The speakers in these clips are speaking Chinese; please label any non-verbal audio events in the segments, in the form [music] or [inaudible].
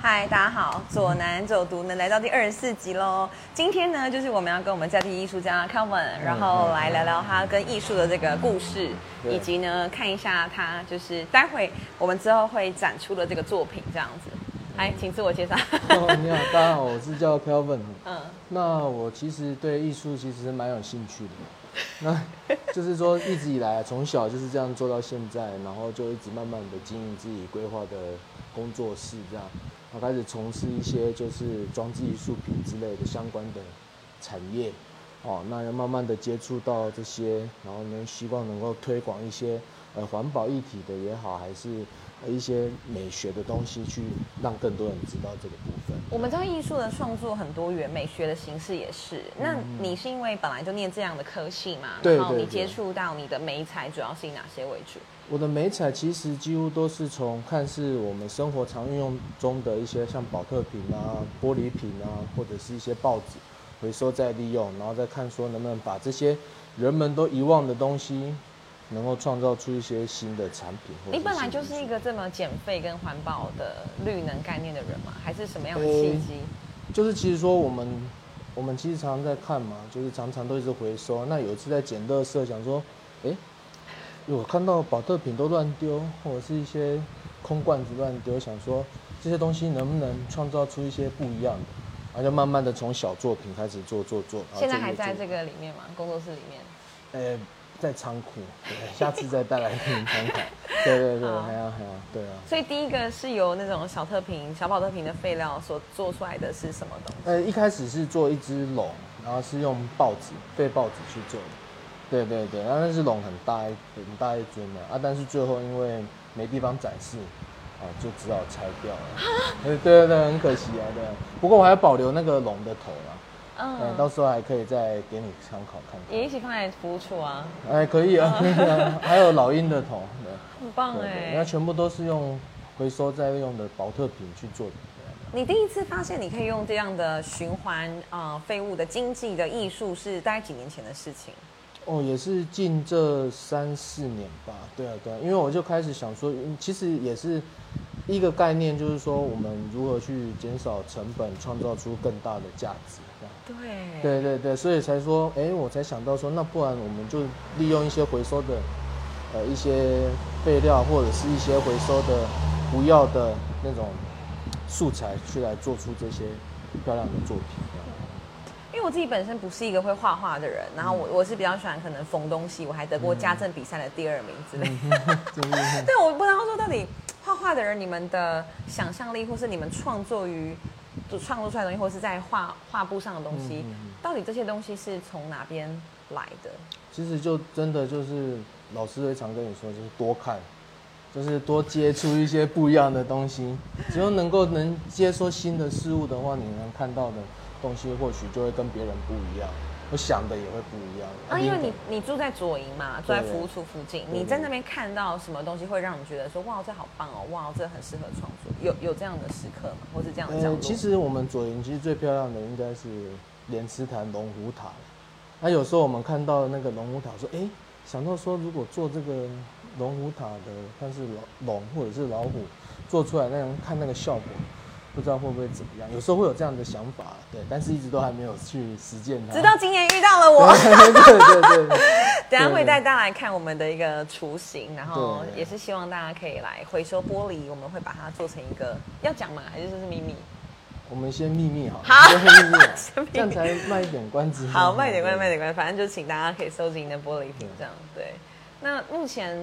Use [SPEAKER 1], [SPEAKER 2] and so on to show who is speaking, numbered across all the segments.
[SPEAKER 1] 嗨，大家好，左南走读呢来到第二十四集喽。今天呢，就是我们要跟我们在地艺术家 Calvin，然后来聊聊他跟艺术的这个故事，
[SPEAKER 2] 对
[SPEAKER 1] 以及呢看一下他就是待会我们之后会展出的这个作品这样子。
[SPEAKER 2] 嗯
[SPEAKER 1] 来，请自我介绍。
[SPEAKER 2] [laughs] 哦，你好，大家好，我是叫 Kelvin。
[SPEAKER 1] 嗯，
[SPEAKER 2] 那我其实对艺术其实是蛮有兴趣的， [laughs] 那就是说一直以来啊从小就是这样做到现在，然后就一直慢慢的经营自己规划的工作室这样，然后开始从事一些就是装置艺术品之类的相关的产业。哦，那要慢慢的接触到这些，然后呢，希望能够推广一些呃环保议题的也好，还是呃一些美学的东西，去让更多人知道这个部分。
[SPEAKER 1] 我们知道艺术的创作很多元，美学的形式也是。那你是因为本来就念这样的科系嘛？
[SPEAKER 2] 嗯对
[SPEAKER 1] 然后
[SPEAKER 2] 对
[SPEAKER 1] 你
[SPEAKER 2] 对
[SPEAKER 1] 接触到你的美材主要是以哪些为主？
[SPEAKER 2] 我的美彩其实几乎都是从看似我们生活常运用中的一些像保特瓶啊、玻璃瓶啊，或者是一些报纸回收再利用，然后再看说能不能把这些人们都遗忘的东西，能够创造出一些新的产品
[SPEAKER 1] 你
[SPEAKER 2] 或者新的艺术。
[SPEAKER 1] 本来就是一个这么减废跟环保的绿能概念的人吗？还是什么样的契
[SPEAKER 2] 哦
[SPEAKER 1] 机？
[SPEAKER 2] 就是其实说我们我们其实常常在看嘛，就是常常都一直回收。那有一次在捡垃圾，想说，诶，我看到保特瓶都乱丢，或者是一些空罐子乱丢，想说这些东西能不能创造出一些不一样的？然后就慢慢的从小作品开始做做做，然后
[SPEAKER 1] 现在
[SPEAKER 2] 做
[SPEAKER 1] 还
[SPEAKER 2] 做
[SPEAKER 1] 在
[SPEAKER 2] 做
[SPEAKER 1] 这个里面吗？工作室里面？
[SPEAKER 2] 呃，在仓库，对下次再带来给你参
[SPEAKER 1] [laughs]
[SPEAKER 2] 考。对对对，
[SPEAKER 1] 好
[SPEAKER 2] 还要还要，对啊。
[SPEAKER 1] 所以第一个是由那种小特瓶、小宝特瓶的废料所做出来的是什么东西？
[SPEAKER 2] 呃，一开始是做一只笼，然后是用报纸废报纸去做的。对对对，然后那只笼很大一很大一尊的啊，但是最后因为没地方展示，啊，就只好拆掉了。呃对对对，很可惜啊，对啊。不过我还保留那个笼的头啊，嗯、
[SPEAKER 1] 嗯，
[SPEAKER 2] 到时候还可以再给你参考看看。
[SPEAKER 1] 也一起放在服务处啊，
[SPEAKER 2] 哎，可以啊，可以啊 [laughs] 还有老鹰的头，对
[SPEAKER 1] 很棒
[SPEAKER 2] 对对，
[SPEAKER 1] 哎
[SPEAKER 2] 那。全部都是用回收再用的保特瓶去做的。对啊
[SPEAKER 1] 你第一次发现你可以用这样的循环啊废物的经济的艺术是大概几年前的事情？
[SPEAKER 2] 哦，也是近这三四年吧。对啊，对啊，因为我就开始想说，嗯其实也是一个概念，就是说我们如何去减少成本，创造出更大的价值。这样
[SPEAKER 1] 对，
[SPEAKER 2] 对对对，所以才说，哎，我才想到说，那不然我们就利用一些回收的，呃，一些废料或者是一些回收的不要的那种素材，去来做出这些漂亮的作品。这样
[SPEAKER 1] 因为我自己本身不是一个会画画的人，然后我
[SPEAKER 2] 嗯
[SPEAKER 1] 我是比较喜欢可能缝东西，我还得过家政比赛的第二名之类的。
[SPEAKER 2] 真厉害。
[SPEAKER 1] 对，我不知道说到底画画的人，你们的想象力，或是你们创作于就创作出来的东西，
[SPEAKER 2] 嗯
[SPEAKER 1] 或是在画画布上的东西，
[SPEAKER 2] 嗯嗯嗯
[SPEAKER 1] 到底这些东西是从哪边来的？
[SPEAKER 2] 其实就真的就是老师会常跟你说，就是多看，就是多接触一些不一样的东西。只要能够能接收新的事物的话，你能看到的东西或许就会跟别人不一样，我想的也会不一样。
[SPEAKER 1] 啊，因为你你住在左营嘛，住在
[SPEAKER 2] 对
[SPEAKER 1] 服务处附近，
[SPEAKER 2] 嗯对
[SPEAKER 1] 你在那边看到什么东西会让你觉得说哇，这好棒哦，哇，这很适合创作，有有这样的时刻吗？或是这样的角
[SPEAKER 2] 呃
[SPEAKER 1] 落？，
[SPEAKER 2] 其实我们左营其实最漂亮的应该是莲池潭龙虎塔。那有时候我们看到那个龙虎塔，说，哎、想到说如果做这个龙虎塔的，像是龙龙或者是老虎做出来那种看那个效果，不知道会不会怎么样。有时候会有这样的想法，对，但是一直都还没有去实践它。
[SPEAKER 1] 直到今年遇到了我。
[SPEAKER 2] [laughs] 对对对对。
[SPEAKER 1] 等一下会
[SPEAKER 2] 对
[SPEAKER 1] 带大家来看我们的一个雏形，然后
[SPEAKER 2] 对
[SPEAKER 1] 也是希望大家可以来回收玻璃，我们会把它做成一个要讲嘛，还是这是秘密？
[SPEAKER 2] 我们先秘密好了，
[SPEAKER 1] 好
[SPEAKER 2] 先秘密好了
[SPEAKER 1] [laughs] 先秘密
[SPEAKER 2] 这样才卖一点关子。
[SPEAKER 1] 好，慢一点关，
[SPEAKER 2] 对
[SPEAKER 1] 慢一点关，反正就请大家可以收集你的玻璃瓶这样。对，那目前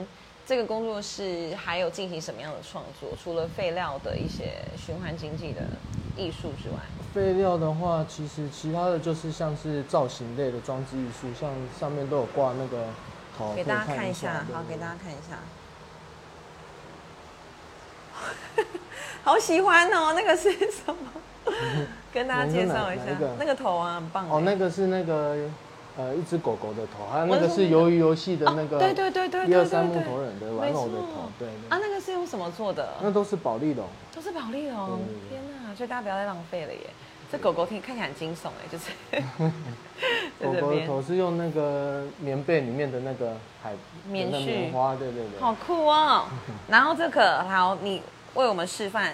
[SPEAKER 1] 这个工作室还有进行什么样的创作？除了废料的一些循环经济的艺术之外，
[SPEAKER 2] 废料的话，其实其他的就是像是造型类的装置艺术，像上面都有挂那个陶，
[SPEAKER 1] 给大家
[SPEAKER 2] 可以
[SPEAKER 1] 看
[SPEAKER 2] 看
[SPEAKER 1] 一下，好，给大
[SPEAKER 2] 家。
[SPEAKER 1] 家看一
[SPEAKER 2] [laughs]
[SPEAKER 1] 下。好喜欢哦，那个是什么？跟大家介绍一下
[SPEAKER 2] 哪一个，
[SPEAKER 1] 那个头啊，很棒
[SPEAKER 2] 哦，
[SPEAKER 1] 哎
[SPEAKER 2] 那个是那个呃一只狗狗的头，还有那
[SPEAKER 1] 我
[SPEAKER 2] 个
[SPEAKER 1] 是
[SPEAKER 2] 是鱿鱼游戏的那个，
[SPEAKER 1] 哦对对对对对
[SPEAKER 2] 一
[SPEAKER 1] 对
[SPEAKER 2] 二
[SPEAKER 1] 对
[SPEAKER 2] 三木
[SPEAKER 1] 对
[SPEAKER 2] 头人的
[SPEAKER 1] 没
[SPEAKER 2] 玩偶的
[SPEAKER 1] 错
[SPEAKER 2] 头，对
[SPEAKER 1] 啊，
[SPEAKER 2] 对，
[SPEAKER 1] 那个是用什么做的？
[SPEAKER 2] 那都是保利哦龙。
[SPEAKER 1] 都是保利龙
[SPEAKER 2] 对对，对
[SPEAKER 1] 天哪！所以大家不要再浪费了耶。这狗狗听看起来很惊悚哎，就是
[SPEAKER 2] [laughs] 狗
[SPEAKER 1] 在这
[SPEAKER 2] 狗的
[SPEAKER 1] 边，
[SPEAKER 2] 头是用那个棉被里面的那个海
[SPEAKER 1] 棉絮
[SPEAKER 2] 那棉花，对对对。 [laughs]
[SPEAKER 1] 好酷哦。然后这可好，你为我们示范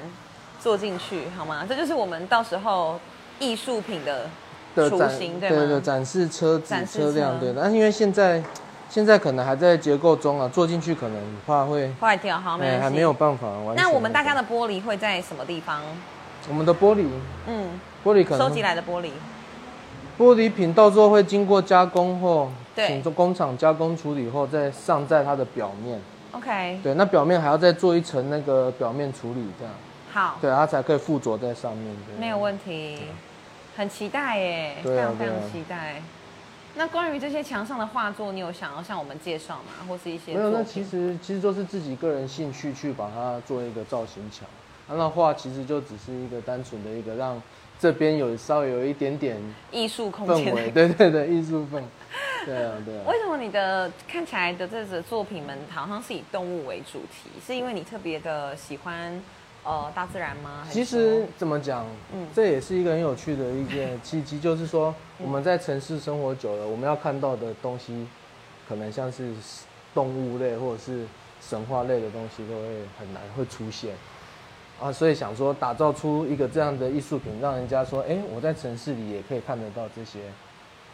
[SPEAKER 1] 做进去，好吗？这就是我们到时候艺术品的
[SPEAKER 2] 的
[SPEAKER 1] 雏
[SPEAKER 2] 展
[SPEAKER 1] 形对
[SPEAKER 2] 对
[SPEAKER 1] 吗
[SPEAKER 2] 对展示车子
[SPEAKER 1] 展示
[SPEAKER 2] 车辆
[SPEAKER 1] 车
[SPEAKER 2] 对，但是因为现在现在可能还在结构中啊，做进去可能怕会
[SPEAKER 1] 坏掉，好，没
[SPEAKER 2] 哎
[SPEAKER 1] 关系。
[SPEAKER 2] 还没有。办法完全。
[SPEAKER 1] 那我们大家的玻璃会在什么地方？
[SPEAKER 2] 我们的玻璃
[SPEAKER 1] 嗯，
[SPEAKER 2] 玻璃可
[SPEAKER 1] 收
[SPEAKER 2] 能
[SPEAKER 1] 集来的玻璃，
[SPEAKER 2] 玻璃品到最后会经过加工后，
[SPEAKER 1] 对
[SPEAKER 2] 请工厂加工处理后再上在它的表面。
[SPEAKER 1] OK，
[SPEAKER 2] 对，那表面还要再做一层那个表面处理，这样
[SPEAKER 1] 好，
[SPEAKER 2] 对它才可以附着在上面。对
[SPEAKER 1] 没有问题，很期待耶，非
[SPEAKER 2] 对啊
[SPEAKER 1] 常非
[SPEAKER 2] 对啊
[SPEAKER 1] 常期待。那关于这些墙上的画作，你有想要向我们介绍吗？或是一些
[SPEAKER 2] 没有，
[SPEAKER 1] 作
[SPEAKER 2] 那
[SPEAKER 1] 品
[SPEAKER 2] 其实其实都是自己个人兴趣去把它做一个造型墙。啊那画其实就只是一个单纯的一个让这边有稍微有一点点
[SPEAKER 1] 艺术空
[SPEAKER 2] 氛
[SPEAKER 1] 间
[SPEAKER 2] 围，对对对，艺术氛。对啊对啊
[SPEAKER 1] 为，什么你的看起来的这个作品们好像是以动物为主题？是因为你特别的喜欢呃大自然吗？还是
[SPEAKER 2] 其实怎么讲，
[SPEAKER 1] 嗯
[SPEAKER 2] 这也是一个很有趣的一件契机，就是说我们在城市生活久了，我们要看到的东西，可能像是动物类或者是神话类的东西，都会很难会出现。啊，所以想说打造出一个这样的艺术品，让人家说，哎、我在城市里也可以看得到这些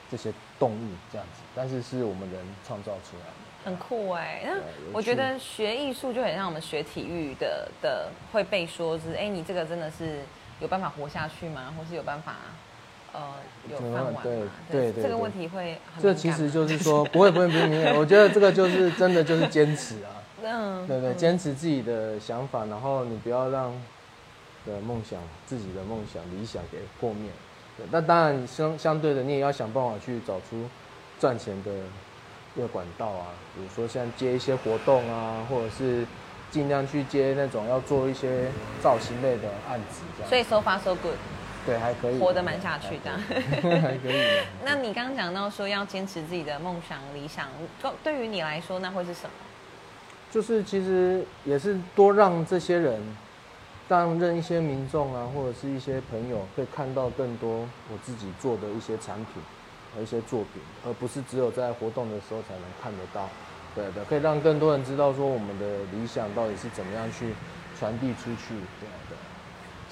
[SPEAKER 2] 这些动物这样子，但是是我们人创造出来的。
[SPEAKER 1] 很酷哎、那
[SPEAKER 2] 对有
[SPEAKER 1] 我觉
[SPEAKER 2] 趣
[SPEAKER 1] 得学艺术就很像我们学体育的的会被说是哎、你这个真的是有办法活下去吗？或是有办法呃有
[SPEAKER 2] 怎么
[SPEAKER 1] 饭
[SPEAKER 2] 办
[SPEAKER 1] 碗吗？
[SPEAKER 2] 对对对
[SPEAKER 1] 这个
[SPEAKER 2] 对
[SPEAKER 1] 问题会很
[SPEAKER 2] 这
[SPEAKER 1] 敏
[SPEAKER 2] 其
[SPEAKER 1] 感
[SPEAKER 2] 实
[SPEAKER 1] 吗
[SPEAKER 2] 就是说， [laughs] 不会不会不会明显，我觉得这个就是真的就是坚持啊。
[SPEAKER 1] 嗯
[SPEAKER 2] 对对，坚持自己的想法，然后你不要让的梦想、自己的梦想、理想给破灭。对，那当然相相对的，你也要想办法去找出赚钱的一个管道啊，比如说像接一些活动啊，或者是尽量去接那种要做一些造型类的案子，这样。
[SPEAKER 1] 所以 so far so good，
[SPEAKER 2] 对，还可以
[SPEAKER 1] 活得蛮下去这样。
[SPEAKER 2] 的，还可以啊的。
[SPEAKER 1] 那你刚刚讲到说要坚持自己的梦想理想，对对于你来说那会是什么？
[SPEAKER 2] 就是其实也是多让这些人，让认一些民众啊，或者是一些朋友，可以看到更多我自己做的一些产品和一些作品，而不是只有在活动的时候才能看得到。对的，可以让更多人知道说我们的理想到底是怎么样去传递出去。对的，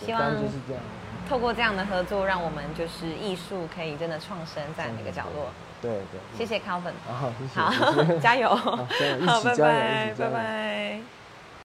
[SPEAKER 2] 对
[SPEAKER 1] 希望
[SPEAKER 2] 当然就是这样。
[SPEAKER 1] 透过这样的合作，让我们就是艺术可以真的创生在每个角落。
[SPEAKER 2] 对对，
[SPEAKER 1] 谢谢 Calvin，
[SPEAKER 2] 啊，谢
[SPEAKER 1] [laughs]
[SPEAKER 2] 谢
[SPEAKER 1] 好，加油，
[SPEAKER 2] 加油一起
[SPEAKER 1] 好，拜
[SPEAKER 2] 加油一
[SPEAKER 1] 拜，
[SPEAKER 2] 起加
[SPEAKER 1] 拜
[SPEAKER 2] 油
[SPEAKER 1] 拜。